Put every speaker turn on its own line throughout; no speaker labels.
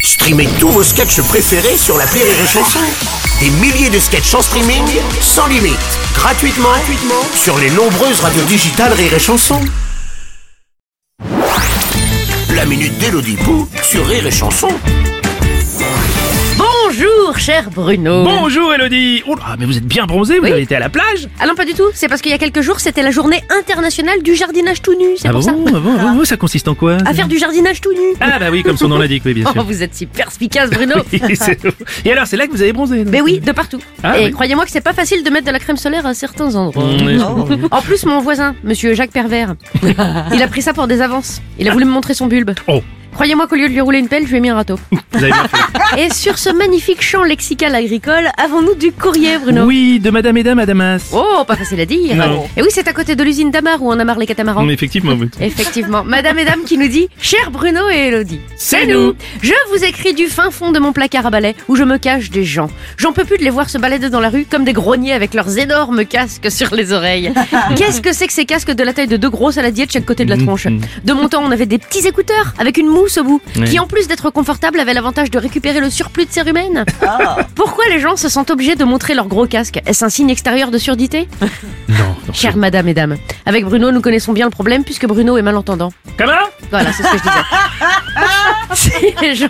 Streamez tous vos sketchs préférés sur la Rire et Chanson. Des milliers de sketchs en streaming, sans limite, gratuitement, gratuitement sur les nombreuses radios digitales Rire et Chanson. La minute d'Elodie Pou sur Rire et Chanson.
Bonjour, cher Bruno.
Bonjour Elodie Oh là, mais vous êtes bien bronzée, vous
Oui.
avez été à la plage
Ah non, pas du tout. C'est parce qu'il y a quelques jours, c'était la journée internationale du jardinage tout nu. C'est
Ah
pour
bon,
ça.
ah bon, ah bon, ça consiste en quoi
À faire du jardinage tout nu.
Ah bah oui, comme son nom l'indique, oui bien
Oh,
sûr.
vous êtes si perspicace, Bruno.
Et c'est- Et alors, c'est là que vous avez bronzé donc
Mais Ben oui, de partout.
Ah,
Et
oui.
croyez-moi que c'est pas facile de mettre de la crème solaire à certains endroits.
Mmh, oui, je comprends.
En plus, mon voisin, monsieur Jacques Pervers, il a pris ça pour des avances. Il a voulu me montrer son bulbe.
Oh.
Croyez-moi qu'au lieu de lui rouler une pelle, je lui ai mis un râteau.
Vous avez bien fait.
Et sur ce magnifique champ lexical agricole, avons-nous du courrier, Bruno
Oui, de Madame et Dame à Damas.
Oh, pas facile à dire.
Non.
Et oui, c'est à côté de l'usine d'Amar où on amarre les catamarans.
Mais Effectivement, vous-
Effectivement. Madame et dame qui nous dit Cher Bruno et Elodie,
C'est nous.
Je vous écris du fin fond de mon placard à balai où je me cache des gens. J'en peux plus de les voir se balader dans la rue comme des greniers avec leurs énormes casques sur les oreilles. Qu'est-ce que c'est que ces casques de la taille de deux gros saladiers de chaque côté de la tronche
Mhm.
De mon temps, on avait des petits écouteurs avec une mousse au bout
Ouais.
qui, en plus d'être confortable, avait l'avantage de récupérer le surplus de cérumen. Pourquoi les gens se sentent obligés de montrer leurs gros casques Est-ce un signe extérieur de surdité
Non, non.
Chère madame et dame, avec Bruno, nous connaissons bien le problème puisque Bruno est malentendant.
Comment
Voilà, c'est ce que je disais. si les gens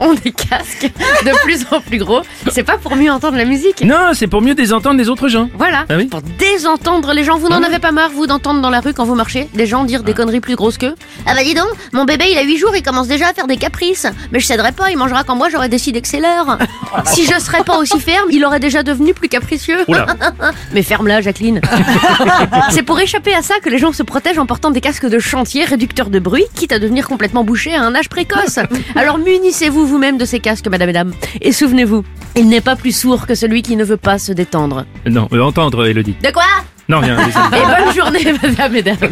ont des casques de plus en plus gros, c'est pas pour mieux entendre la musique.
Non, c'est pour mieux désentendre les autres gens.
Voilà,
Ah oui Ah
pour désentendre les gens. Vous n'en avez pas marre, vous, d'entendre dans la rue quand vous marchez des gens dire des conneries plus grosses qu'eux Ah bah dis donc, mon bébé il a 8 jours, il commence déjà à faire des caprices. Mais je céderai pas, il mangera quand moi j'aurai décidé que c'est l'heure. si je serais pas aussi ferme, il aurait déjà devenu plus capricieux.
Oula.
Mais ferme-la, Jacqueline. c'est pour échapper à ça que les gens se protègent en portant des casques de chantier réducteurs de bruit, quitte à devenir complètement bouchés à un âge précoce. Alors munissez-vous vous-même de ces casques, madame et dame. Et souvenez-vous, il n'est pas plus sourd que celui qui ne veut pas se détendre. Eh,
Non, euh, entendre, Elodie.
De quoi
Non, rien. désolé.
Et bonne journée, madame, mesdames.